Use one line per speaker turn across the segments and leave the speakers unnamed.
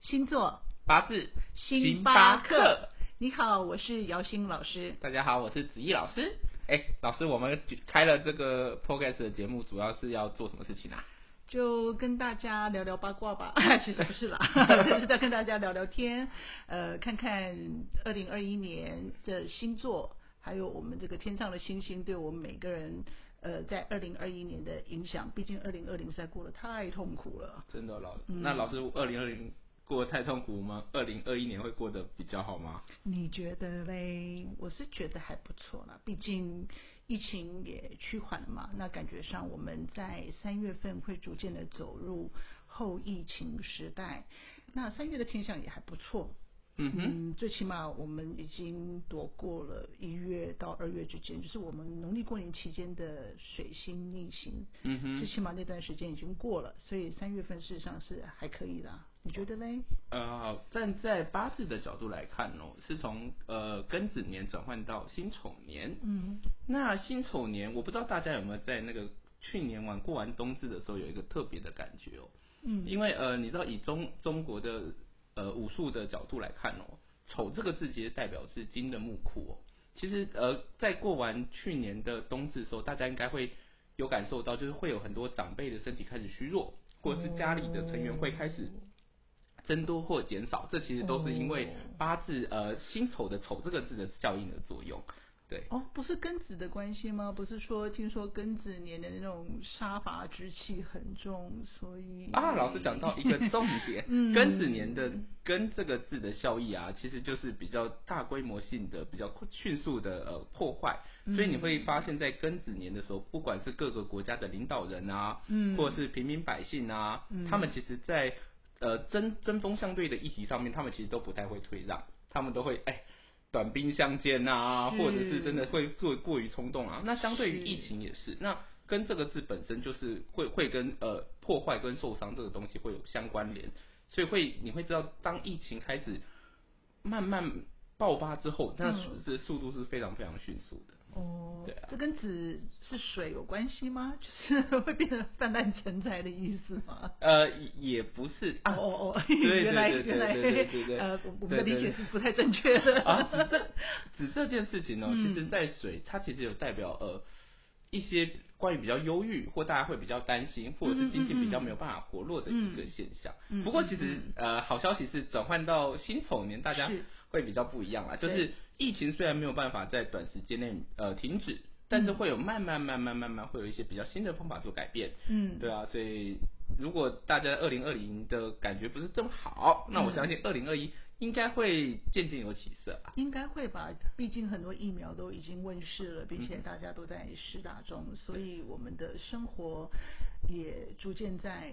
星座
八字
星
巴
巴克。你好，我是姚欣老师。
大家好，我是子毅老师。哎，老师，我们开了这个 podcast 的节目，主要是要做什么事情啊？
嗯就跟大家聊聊八卦吧， 其实不是啦，就是在跟大家聊聊天，呃，看看二零二一年的星座，还有我们这个天上的星星对我们每个人，呃，在二零二一年的影响。毕竟二零二零实在过得太痛苦了。
真的老，
嗯
那老师，二零二零过得太痛苦吗？二零二一年会过得比较好吗？
你觉得嘞？我是觉得还不错啦，毕竟疫情也趋缓了嘛。那感觉上我们在三月份会逐渐的走入后疫情时代。那三月的天象也还不错，
嗯哼，
嗯，最起码我们已经躲过了一月到二月之间，就是我们农历过年期间的水星逆行，
嗯哼，
最起码那段时间已经过了，所以三月份事实上是还可以啦。你觉得嘞？
呃，站在八字的角度来看哦，是从呃庚子年转换到辛丑年。
嗯，
那辛丑年，我不知道大家有没有在那个去年玩过完冬至的时候有一个特别的感觉哦。
嗯，
因为呃，你知道以中中国的呃武术的角度来看哦，丑这个字其实代表是金的木库哦。其实呃，在过完去年的冬至的时候，大家应该会有感受到，就是会有很多长辈的身体开始虚弱，或者是家里的成员会开始增多或减少，这其实都是因为八字呃辛丑的丑这个字的效应的作用。对，
哦，不是庚子的关系吗？不是说听说庚子年的那种杀伐之气很重，所以，
啊，老师讲到一个重点
嗯
庚子年的“庚”这个字的效益啊，其实就是比较大规模性的、比较迅速的呃破坏，所以你
嗯
会发现在庚子年的时候，不管是各个国家的领导人啊，
嗯，
或者是平民百姓啊，
嗯
他们其实在呃针针锋相对的议题上面，他们其实都不太会退让，他们都会哎。短兵相见啊，
是
或者是真的会做过于冲动啊。那相对于
是
疫情也是，那跟这个字本身就是会会跟呃破坏跟受伤这个东西会有相关联，所以会你会知道，当疫情开始慢慢爆发之后，那
嗯
是速度是非常非常迅速的。
哦，
对啊
这跟子是水有关系吗？ 就是会变成泛滥成灾的意思吗？
呃，也不是啊，
哦哦哦，
对对
原来
对对
原来
对对对对
呃，我我们
对
的
对
理解是不太正确的。
啊，指这指这件事情呢、哦
嗯
其实，在水它其实有代表呃一些关于比较忧郁或大家会比较担心，或者是经济比较没有办法活络的一个现象。
嗯
不过，其实
嗯
呃好消息是转换到辛丑年，大家
是
会比较不一样啦。就
对
是疫情虽然没有办法在短时间内呃停止，
嗯
但是会有慢慢慢慢慢慢会有一些比较新的方法做改变。
嗯，
对啊，所以如果大家二零二零的感觉不是这么好，
嗯
那我相信二零二一应该会渐渐有起色啊。
应该会吧，毕竟很多疫苗都已经问世了，并且大家都在施打中，所以我们的生活也逐渐在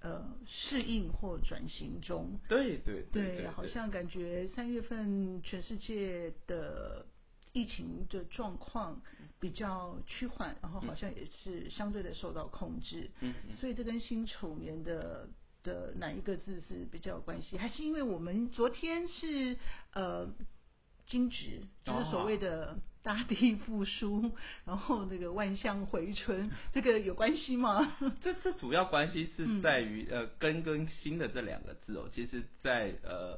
呃适应或转型中。
对对对，
好像感觉三月份全世界的疫情的状况比较趋缓，然后好像也是相对的受到控制，
嗯
所以这跟辛丑年的。的哪一个字是比较有关系？还是因为我们昨天是呃惊蛰，就是所谓的
哦
大地复苏，然后那个万象回春，这个有关系吗？
这这主要关系
嗯
是在于、呃“根”跟“心”的这两个字哦，其实在呃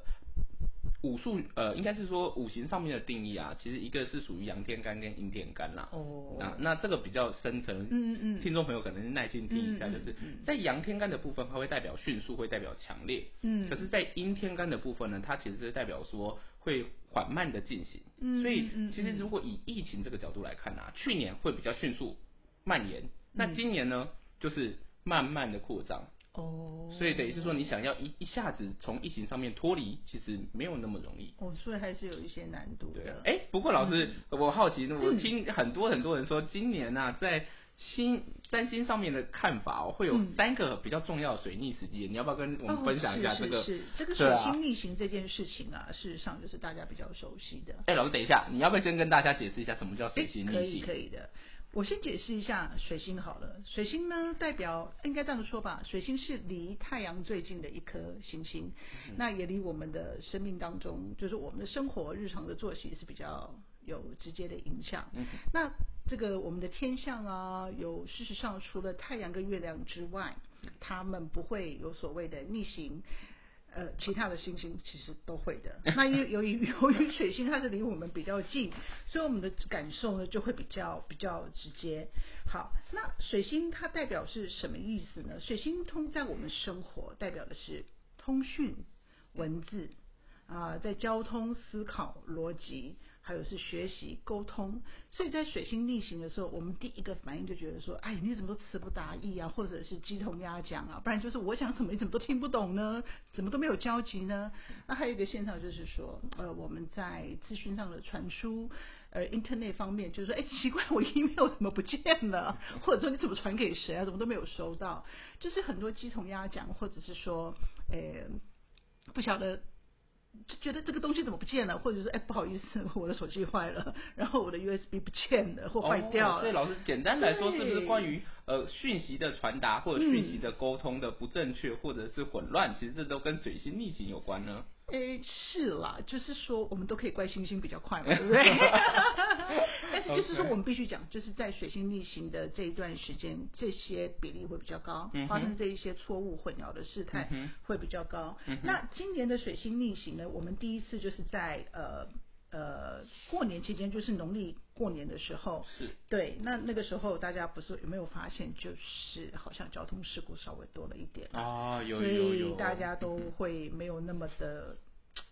武术呃应该是说五行上面的定义啊，其实一个是属于阳天干跟阴天干啦。
哦，
那那这个比较深层，
嗯嗯
听众朋友可能耐心听一下，
嗯嗯
就是
嗯
在阳天干的部分，它会代表迅速，会代表强烈。
嗯，
可是，在阴天干的部分呢，它其实是代表说会缓慢的进行。
嗯
所以
嗯
其实如果以疫情这个角度来看啊，去年会比较迅速蔓延，
嗯
那今年呢，就是慢慢的扩张。
哦，
所以等于是说，你想要一一下子从疫情上面脱离，其实没有那么容易。
哦，所以还是有一些难度
对啊
的。，
哎、不过老师，
嗯
我好奇，我听很多很多人说，今年呐、在新占星上面的看法、哦，会有
嗯
三个比较重要的水逆时机，你要不要跟我们分享一下这个？
哦、是是是这个
对
水
啊
星逆行这件事情啊，事实上就是大家比较熟悉的。
哎、老师，等一下，你要不要先跟大家解释一下什么叫水
哎，
星
可
逆
以
行？
可以的。我先解释一下水星好了，水星呢代表应该这样说吧，水星是离太阳最近的一颗行星，
嗯
那也离我们的生命当中，就是我们的生活日常的作息是比较有直接的影响。
嗯
那这个我们的天象啊，有事实上除了太阳跟月亮之外，他们不会有所谓的逆行。呃，其他的星星其实都会的。 那因为由于 由于水星它是离我们比较近，所以我们的感受呢就会比较比较直接。好，那水星它代表是什么意思呢？水星通在我们生活代表的是通讯、文字啊、在交通、思考、逻辑，还有是学习、沟通。所以在水星逆行的时候，我们第一个反应就觉得说，哎，你怎么都词不达意啊，或者是鸡同鸭讲啊，不然就是我讲什么你怎么都听不懂呢？怎么都没有交集呢？那还有一个现象就是说，呃，我们在资讯上的传输，呃，Internet 方面，就是说，哎，奇怪，我 email 怎么不见了？ 或者说你怎么传给谁啊？怎么都没有收到？就是很多鸡同鸭讲，或者是说，呃，不晓得。就觉得这个东西怎么不见了，或者是哎不好意思，我的手机坏了，然后我的 USB 不见了或坏掉了，
哦。所以老师简单来说，
对嗯
是不是关于呃讯息的传达或者讯息的沟通的不正确或者是混乱，其实这都跟水星逆行有关呢？
诶，是啦，就是说我们都可以怪星星比较快嘛， 对不对？但是就是说
OK
我们必须讲，就是在水星逆行的这一段时间，这些比例会比较高，
嗯哼
发生这一些错误混淆的事态
嗯
会比较高。
嗯哼
那今年的水星逆行呢，我们第一次就是在呃呃过年期间，就是农历过年的时候，
是
对，那那个时候大家不是有没有发现，就是好像交通事故稍微多了一点。
啊，有
所
有
以
有，
大家都会没有那么的，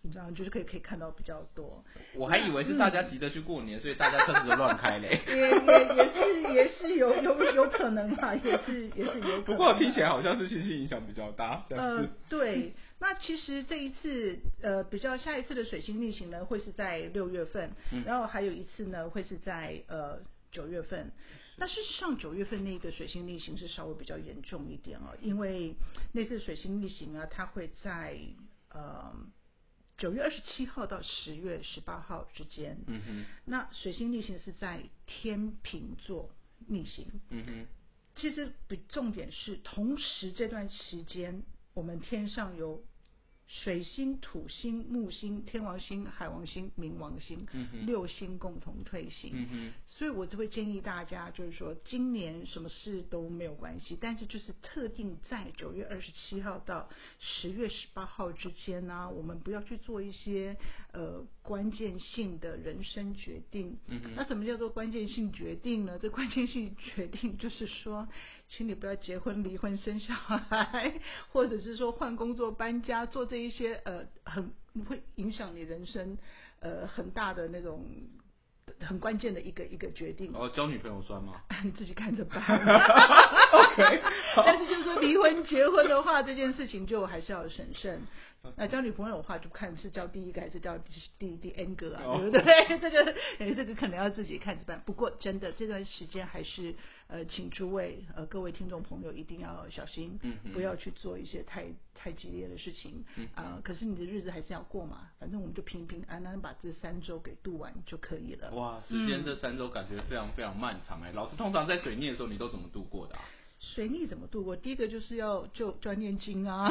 你知道，就是可以可以看到比较多，
我还以为是大家
嗯
急着去过年，所以大家车子都乱开 嘞。
也也也是也是有有有可能啦，也是也是有可能。啊
不过听起来好像是信息影响比较大，这样
呃
子。，
对，那其实这一次呃比较下一次的水星逆行呢，会是在六月份，然后还有一次呢会是在呃九月份。那事实上九月份那个水星逆行是稍微比较严重一点哦，因为那次水星逆行啊，它会在呃九月二十七号到十月十八号之间。
嗯哼，
那水星逆行是在天秤座逆行。
嗯哼，
其实比重点是，同时这段期间，我们天上有水星、土星、木星、天王星、海王星、冥王星、
嗯哼，
六星共同退行。
嗯哼，
所以我就会建议大家，就是说今年什么事都没有关系，但是就是特定在九月二十七号到十月十八号之间呢、我们不要去做一些呃关键性的人生决定。
嗯哼，
那什么叫做关键性决定呢？这关键性决定就是说， 请你不要结婚、离婚、生小孩， 或者是说换工作、搬家，做这一些呃很会影响你人生呃很大的那种很关键的一个一个决定，
哦，交女朋友酸吗
你 自己看着办。
？OK，
但是就是说离婚、结婚的话，这件事情就还是要审慎。
嗯
那交女朋友的话，就看是交第一个还是交第第第 N 个啊，
哦
对不对？这个呃，这个可能要自己看着办。不过真的这段时间还是呃，请诸位呃各位听众朋友一定要小心，
嗯哼
不要去做一些太太激烈的事情
嗯
啊、可是你的日子还是要过嘛，反正我们就平平安安把这三周给度完就可以了。
哇，时间
嗯
这三周感觉非常非常漫长哎。老师通常在水逆的时候，你都怎么度过的啊？
水逆怎么度过？第一个就是要就就要念经 啊，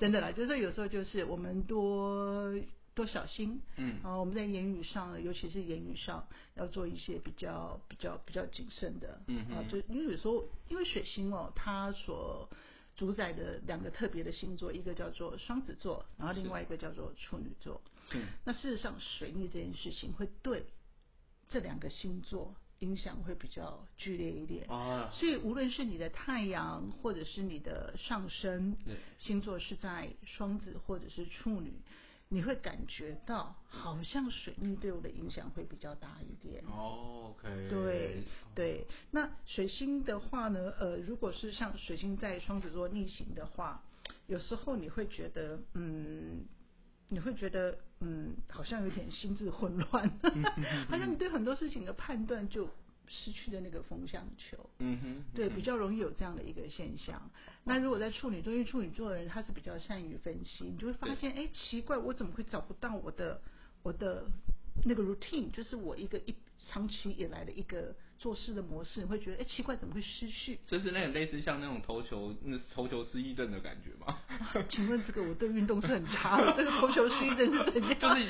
真的啦，就是说有时候就是我们多多小心，
嗯，
然后我们在言语上呢，尤其是言语上要做一些比较比较比较谨慎的，
嗯哼
啊，就因为有时候因为水星哦，它所主宰的两个特别的星座，一个叫做双子座，然后另外一个叫做处女座，
嗯，
那事实上水逆这件事情会对这两个星座影响会比较剧烈一点。
啊，
所以无论是你的太阳，或者是你的上升
对
星座是在双子或者是处女，你会感觉到好像水逆对我的影响会比较大一点。
哦，OK，
对对，那水星的话呢，呃，如果是像水星在双子座逆行的话，有时候你会觉得，嗯，你会觉得，嗯，好像有点心智混 乱， 好像你对很多事情的判断就失去了那个风向球。
嗯哼，
对，比较容易有这样的一个现象。那如果在处女座，因为处女座的人他是比较善于分析，你就会发现，哎，奇怪，我怎么会找不到我的我的那个 routine，就是我一个一长期以来的一个做事的模式，你会觉得哎、诶奇怪，怎么会失序？
就是那种类似像那种投球那投球失忆症的感觉 嘛，
啊 请问这个我对运动是很差的，这个投球失忆症是怎样？
就是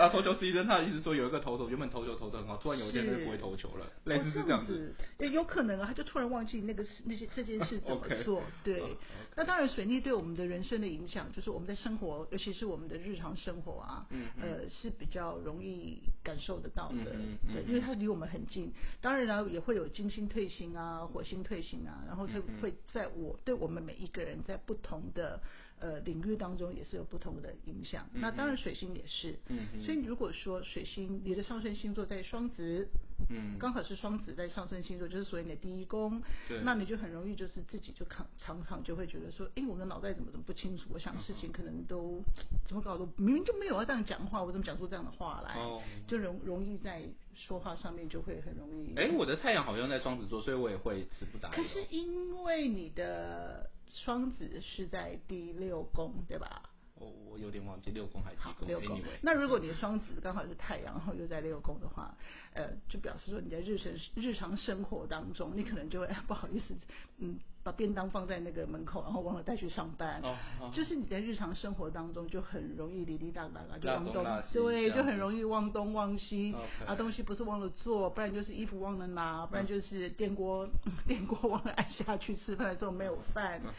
啊投球失忆症，他的意思说有一个投手原本投球投得很好，突然有一天他就不会投球了， 类似是
哦
这
这
样
样
子。
子，对，有可能啊，他就突然忘记那个事那些这件事怎么
OK
做。对
嗯，
那当然，水逆对我们的人生的影响，就是我们在生活，尤其是我们的日常生活啊，
嗯
呃，是比较容易感受得到的，
嗯哼
对，
嗯
因为它离我们很近。当然了，也会有金星退行啊、火星退行啊，然后
嗯
它会在我对我们每一个人在不同的呃领域当中也是有不同的影响。那当然，水星也是。
嗯
所以如果说水星你的上升星座在双子，
嗯，
刚好是双子在上升星座，就是所谓你的第一宫，
对，
那你就很容易就是自己就常常常就会觉得说，哎，我的脑袋怎么怎么不清楚，我想事
嗯
情可能都怎么搞的，明明就没有要这样讲话，我怎么讲出这样的话来，
哦，
就容容易在说话上面就会很容易。
哎，我的太阳好像在双子座，所以我也会词不达意
可。是因为你的双子是在第六宫，对吧？
我哦我有点忘记六宫还是
好
几，宫
六宫。
，anyway，
那如果你的双子刚好是太阳，然后又在六宫的话，呃，就表示说你在日常日常生活当中，你可能就会、哎不好意思，嗯，把便当放在那个门口，然后忘了带去上班。
哦，哦
就是你在日常生活当中就很容易哩哩啦啦啦，就
拉
忘
东
东
拉西，
对，
这
就
样
很
子
容易忘东忘西
OK
啊，东西不是忘了做，不然就是衣服忘了拿，不然就是电锅 电锅忘了按下去，吃饭的时候没有饭。
嗯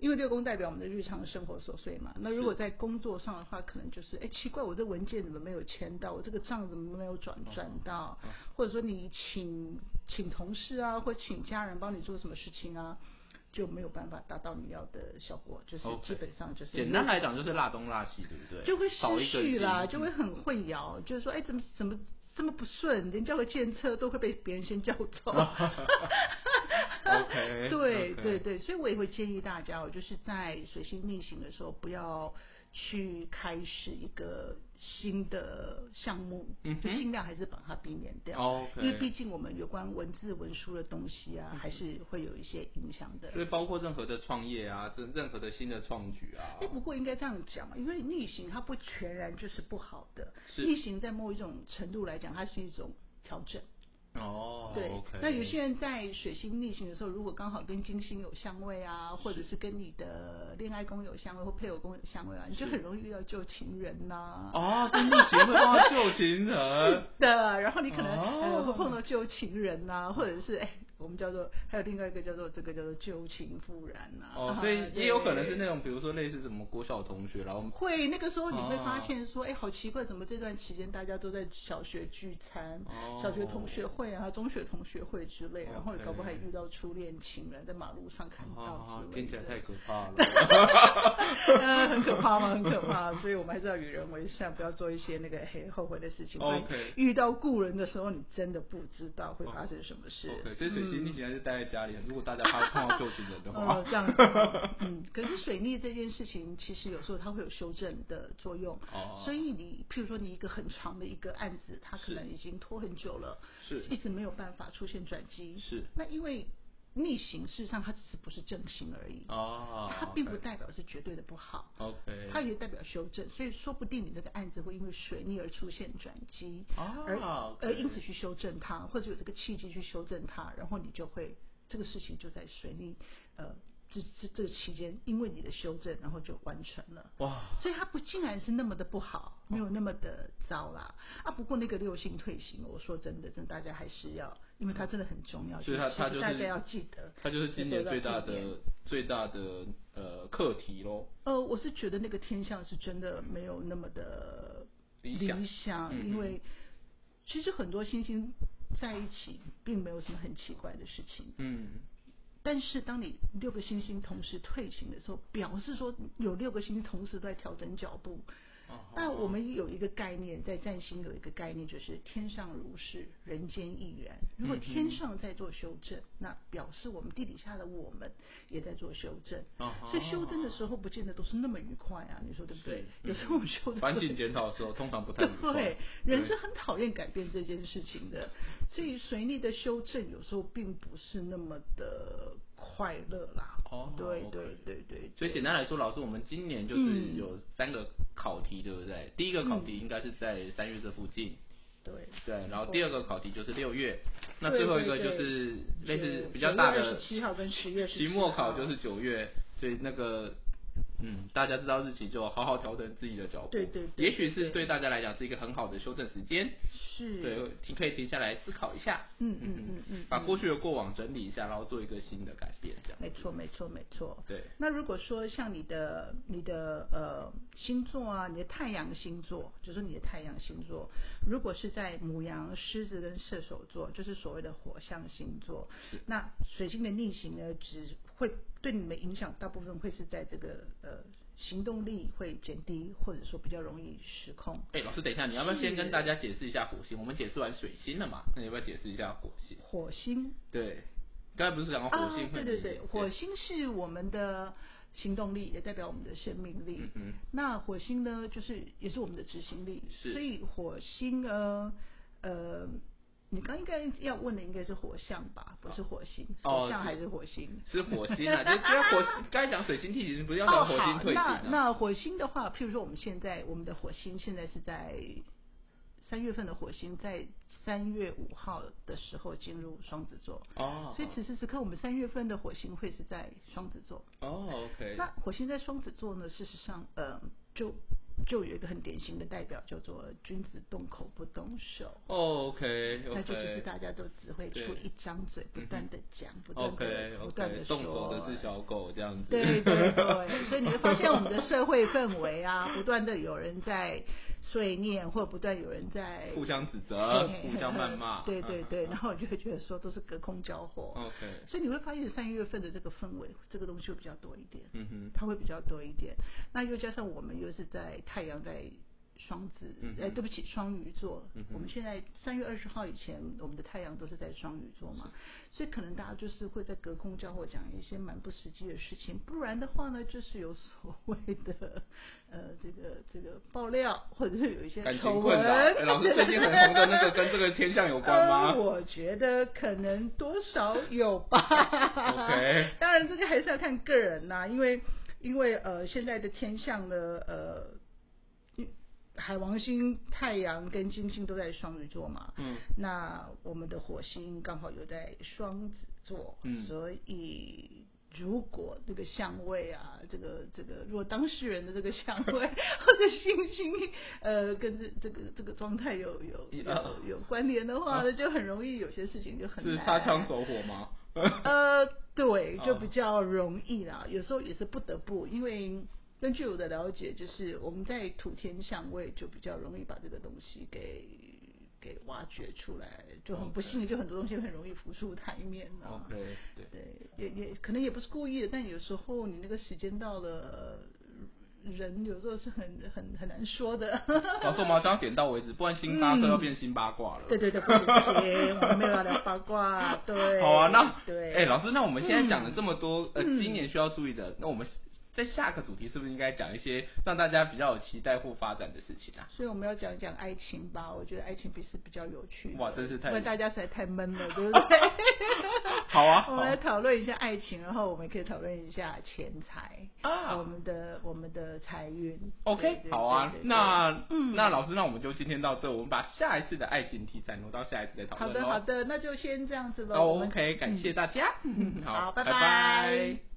因为六宫代表我们的日常生活琐碎嘛，那如果在工作上的话，可能就是哎奇怪，我这文件怎么没有签到，我这个账怎么没有转
哦
转到，或者说你请请同事啊，或请家人帮你做什么事情啊，就没有办法达到你要的效果，就是
OK
基本上就是
简单来讲就是辣东辣西，对不对？
就会
少
失
一个
序啦，
字
就会很混淆，就是说，哎，怎么怎么这么不顺，连叫个检测都会被别人先叫 走。
OK，
对
OK
对对，所以我也会建议大家，哦，就是在水星逆行的时候，不要去开始一个新的项目，
嗯哼
就尽量还是把它避免掉。
OK，
因为毕竟我们有关文字文书的东西啊，还是会有一些影响的。
所以包括任何的创业啊，任任何的新的创举啊，
哎，不过应该这样讲嘛，因为逆行它不全然就是不好的，
是
逆行在某一种程度来讲，它是一种调整。
哦，
对
OK
那有些人在水星逆行的时候，如果刚好跟金星有相位啊，或者是跟你的恋爱宫有相位或配偶宫有相位啊，你就很容易遇到旧情人呐、
哦，所以逆行会帮到旧情 人，
的，然后你可能、呃
哦
会碰到旧情人呐、或者是哎、我们叫做还有另外一个叫做这个叫做旧情复燃呐、啊
哦，所以也有可能是那种，比如说类似什么国小同学，然后
会，那个时候你
哦
会发现说，哎、好奇怪，怎么这段期间大家都在小学聚餐、
哦
小学同学会啊、中学同学会之类，然后你
OK
搞不好还遇到初恋情人在马路上看到
哦，
之类
听起来太
的，
可怕 了。
呃很可怕吗？很可怕，所以我们还是要与人为善，不要做一些那个很后悔的事情。不然
OK
遇到故人的时候，你真的不知道会发生什么事。
哦 OK，所以水
嗯
星逆行还是待在家里，如果大家怕碰到旧情人的话
哦，，这样子，嗯，可是水逆这件事情，其实有时候它会有修正的作用，
哦
所以你譬如说你一个很长的一个案子，它可能已经拖很久了，
是
一直没有办法出现转机，
是
那因为逆行，事实上它只是不是正行而已，
哦，
它并不代表是绝对的不好。
OK，
它也代表修正，所以说不定你这个案子会因为水逆而出现转机，而
哦，
而呃因此去修正它，或者有这个契机去修正它，然后你就会这个事情就在水逆呃这这这个期间，因为你的修正，然后就完成了。
哇，
所以它不竟然是那么的不好，
哦
没有那么的糟啦。啊，不过那个六星退行，我说真的，真的大家还是要，因为它真的很重要，
所以它
其实
它就是
大家要记得。
它就是今年最大
这时候
的最大的呃课题喽，
呃，我是觉得那个天象是真的没有那么的
理想
想
嗯
因为其实很多星星在一起，并没有什么很奇怪的事情。
嗯，
但是当你六个星星同时退行的时候，表示说有六个星星同时都在调整脚步。
啊哦
那我们有一个概念，在占星有一个概念，就是天上如是，人间亦然。如果
嗯哼
天上在做修正，
嗯
那表示我们地底下的我们也在做修正。
啊哦
所以修正的时候，不见得都是那么愉快啊，你说对不对？
是
有时候我们修正
反省检讨的时候，通常不太愉 快
对，人是很讨厌改变这件事情的，所以随逆的修正有时候并不是那么的快乐啦。
哦
对嗯
OK
对对对，
所以简单来说，老师，我们今年就是有三个考题，对不对？第一个考题应该是在三月这附近，
对，
对，然后第二个考题就是六月，那
对
最后一个
对对
就是类似比较
9
大
月
的
27号跟10月
期
17
末
号
考就是九月，所以那个嗯，大家知道日期就好好调整自己的脚步。
对对对
也许
对
是对大家来讲是一个很好的修正时间，
是，
对，停可以停下来思考一下，
嗯嗯嗯嗯，
把
嗯
过去的过往整理一下，然后做一个新的改变，这样。
没错没错没错。
对，
那如果说像你的你的呃星座啊，你的太阳星座，就是你的太阳星座，如果是在母羊、狮子跟射手座，就是所谓的火象星座，那水星的逆行呢，只会对你们影响大部分会是在这个呃行动力会减低，或者说比较容易失控。
哎、老师，等一下，你要不要先
是
跟大家解释一下火星？我们解释完水星了嘛？那你要不要解释一下火星？
火星
对，刚才不是讲过火星
啊，
会
对
逆行、
对对，火星是我们的行动力，也代表我们的生命力。
嗯嗯，
那火星呢，就是也是我们的执行力，
是
所以火星呃呃，你刚应该要问的应该是火象吧，不是火星，
哦
火象
是
还是火星？
是火星啊，就不要火星， 刚才讲水星替你不是要
哦，
讲火星
好，
退行
那
啊？
那火星的话，譬如说我们现在我们的火星现在是在三月份的火星在三月五号的时候进入双子座，
哦，
所以此时此刻我们三月份的火星会是在双子座。
哦，OK，
那火星在双子座呢，事实上，呃，就就有一个很典型的代表，叫做君子动口不动手。
哦，OK，OK，
那就只是大家都只会
对
出一张嘴，不断的讲，不断的
OK
不断
OK，
的
嗯动手的
说
是。小狗这样子。
对对对，所以你会发现我们的社会氛围啊， 不断的有人在碎念，或不断有人在
互相指责，
嘿嘿嘿
呃互相谩 骂。
对对 对，然
嗯。
后我就会觉得说都是隔空交火。
嗯 OK，
所以你会发现三月份的这个氛围，这个东西会比较多一点。
嗯哼，
它会比较多一点。那又加上我们又是在太阳在双子，
嗯哼
哎、对不起，双鱼座。
嗯哼
我们现在三月二十号以前，我们的太阳都是在双鱼座嘛，所以可能大家就是会在隔空交火讲一些蛮不实际的事情，不然的话呢，就是有所谓的呃 这个这个爆料，或者是有一些
感
丑
情
闻
困。扰。哎老师最近很红的那个跟这个天象有 关
呃
吗
我觉得可能多少有吧。
？OK，
当然，这个还是要看个人呐、因为因为呃，现在的天象呢，呃，海王星、太阳跟金星都在双鱼座嘛，
嗯，
那我们的火星刚好有在双子座，
嗯
所以。如果这个相位啊，这个这个，如果当事人的这个相位 或者星星，呃，跟这这个这个状态有有
呃
有有关联的
啊
话呢，就很容易有些事情就很
是
难。
擦枪走火吗？
呃，对，
哦
就比较容易啦。有时候也是不得不，因为根据我的了解，就是我们在土天相位就比较容易把这个东西给给挖掘出来，就很不幸，就很多东西很容易浮出台面啊。
OK，对，
对，也也可能也不是故意的，但有时候你那个时间到了，呃人有时候是很很很难说的。
老师，我们要这样点到为止，不然星巴克要变星八卦了。
对对对，不行不行，我们没有要聊八卦。对，
好啊，那
对，嗯
哎、老师，那我们现在讲了这么多，呃，今年需要注意的，那我们在下个主题是不是应该讲一些让大家比较有期待或发展的事情啊？
所以我们要讲一讲爱情吧，我觉得爱情比是比较有趣的。
哇真是太
因为大家实在太闷 了，对不对？
好啊，
我
好
们来
啊
讨论一下爱情，然后我们可以讨论一下钱财，我
啊
们的我们的财运。对
，OK，
对
好啊
对，对
那
嗯
那老师，那我们就今天到这，我们把下一次的爱情题材挪到下一次再讨
好
论
的
哦。
好的，那就先这样子喽。
哦
我们嗯
，OK，感谢大家，
嗯好拜
拜
拜
拜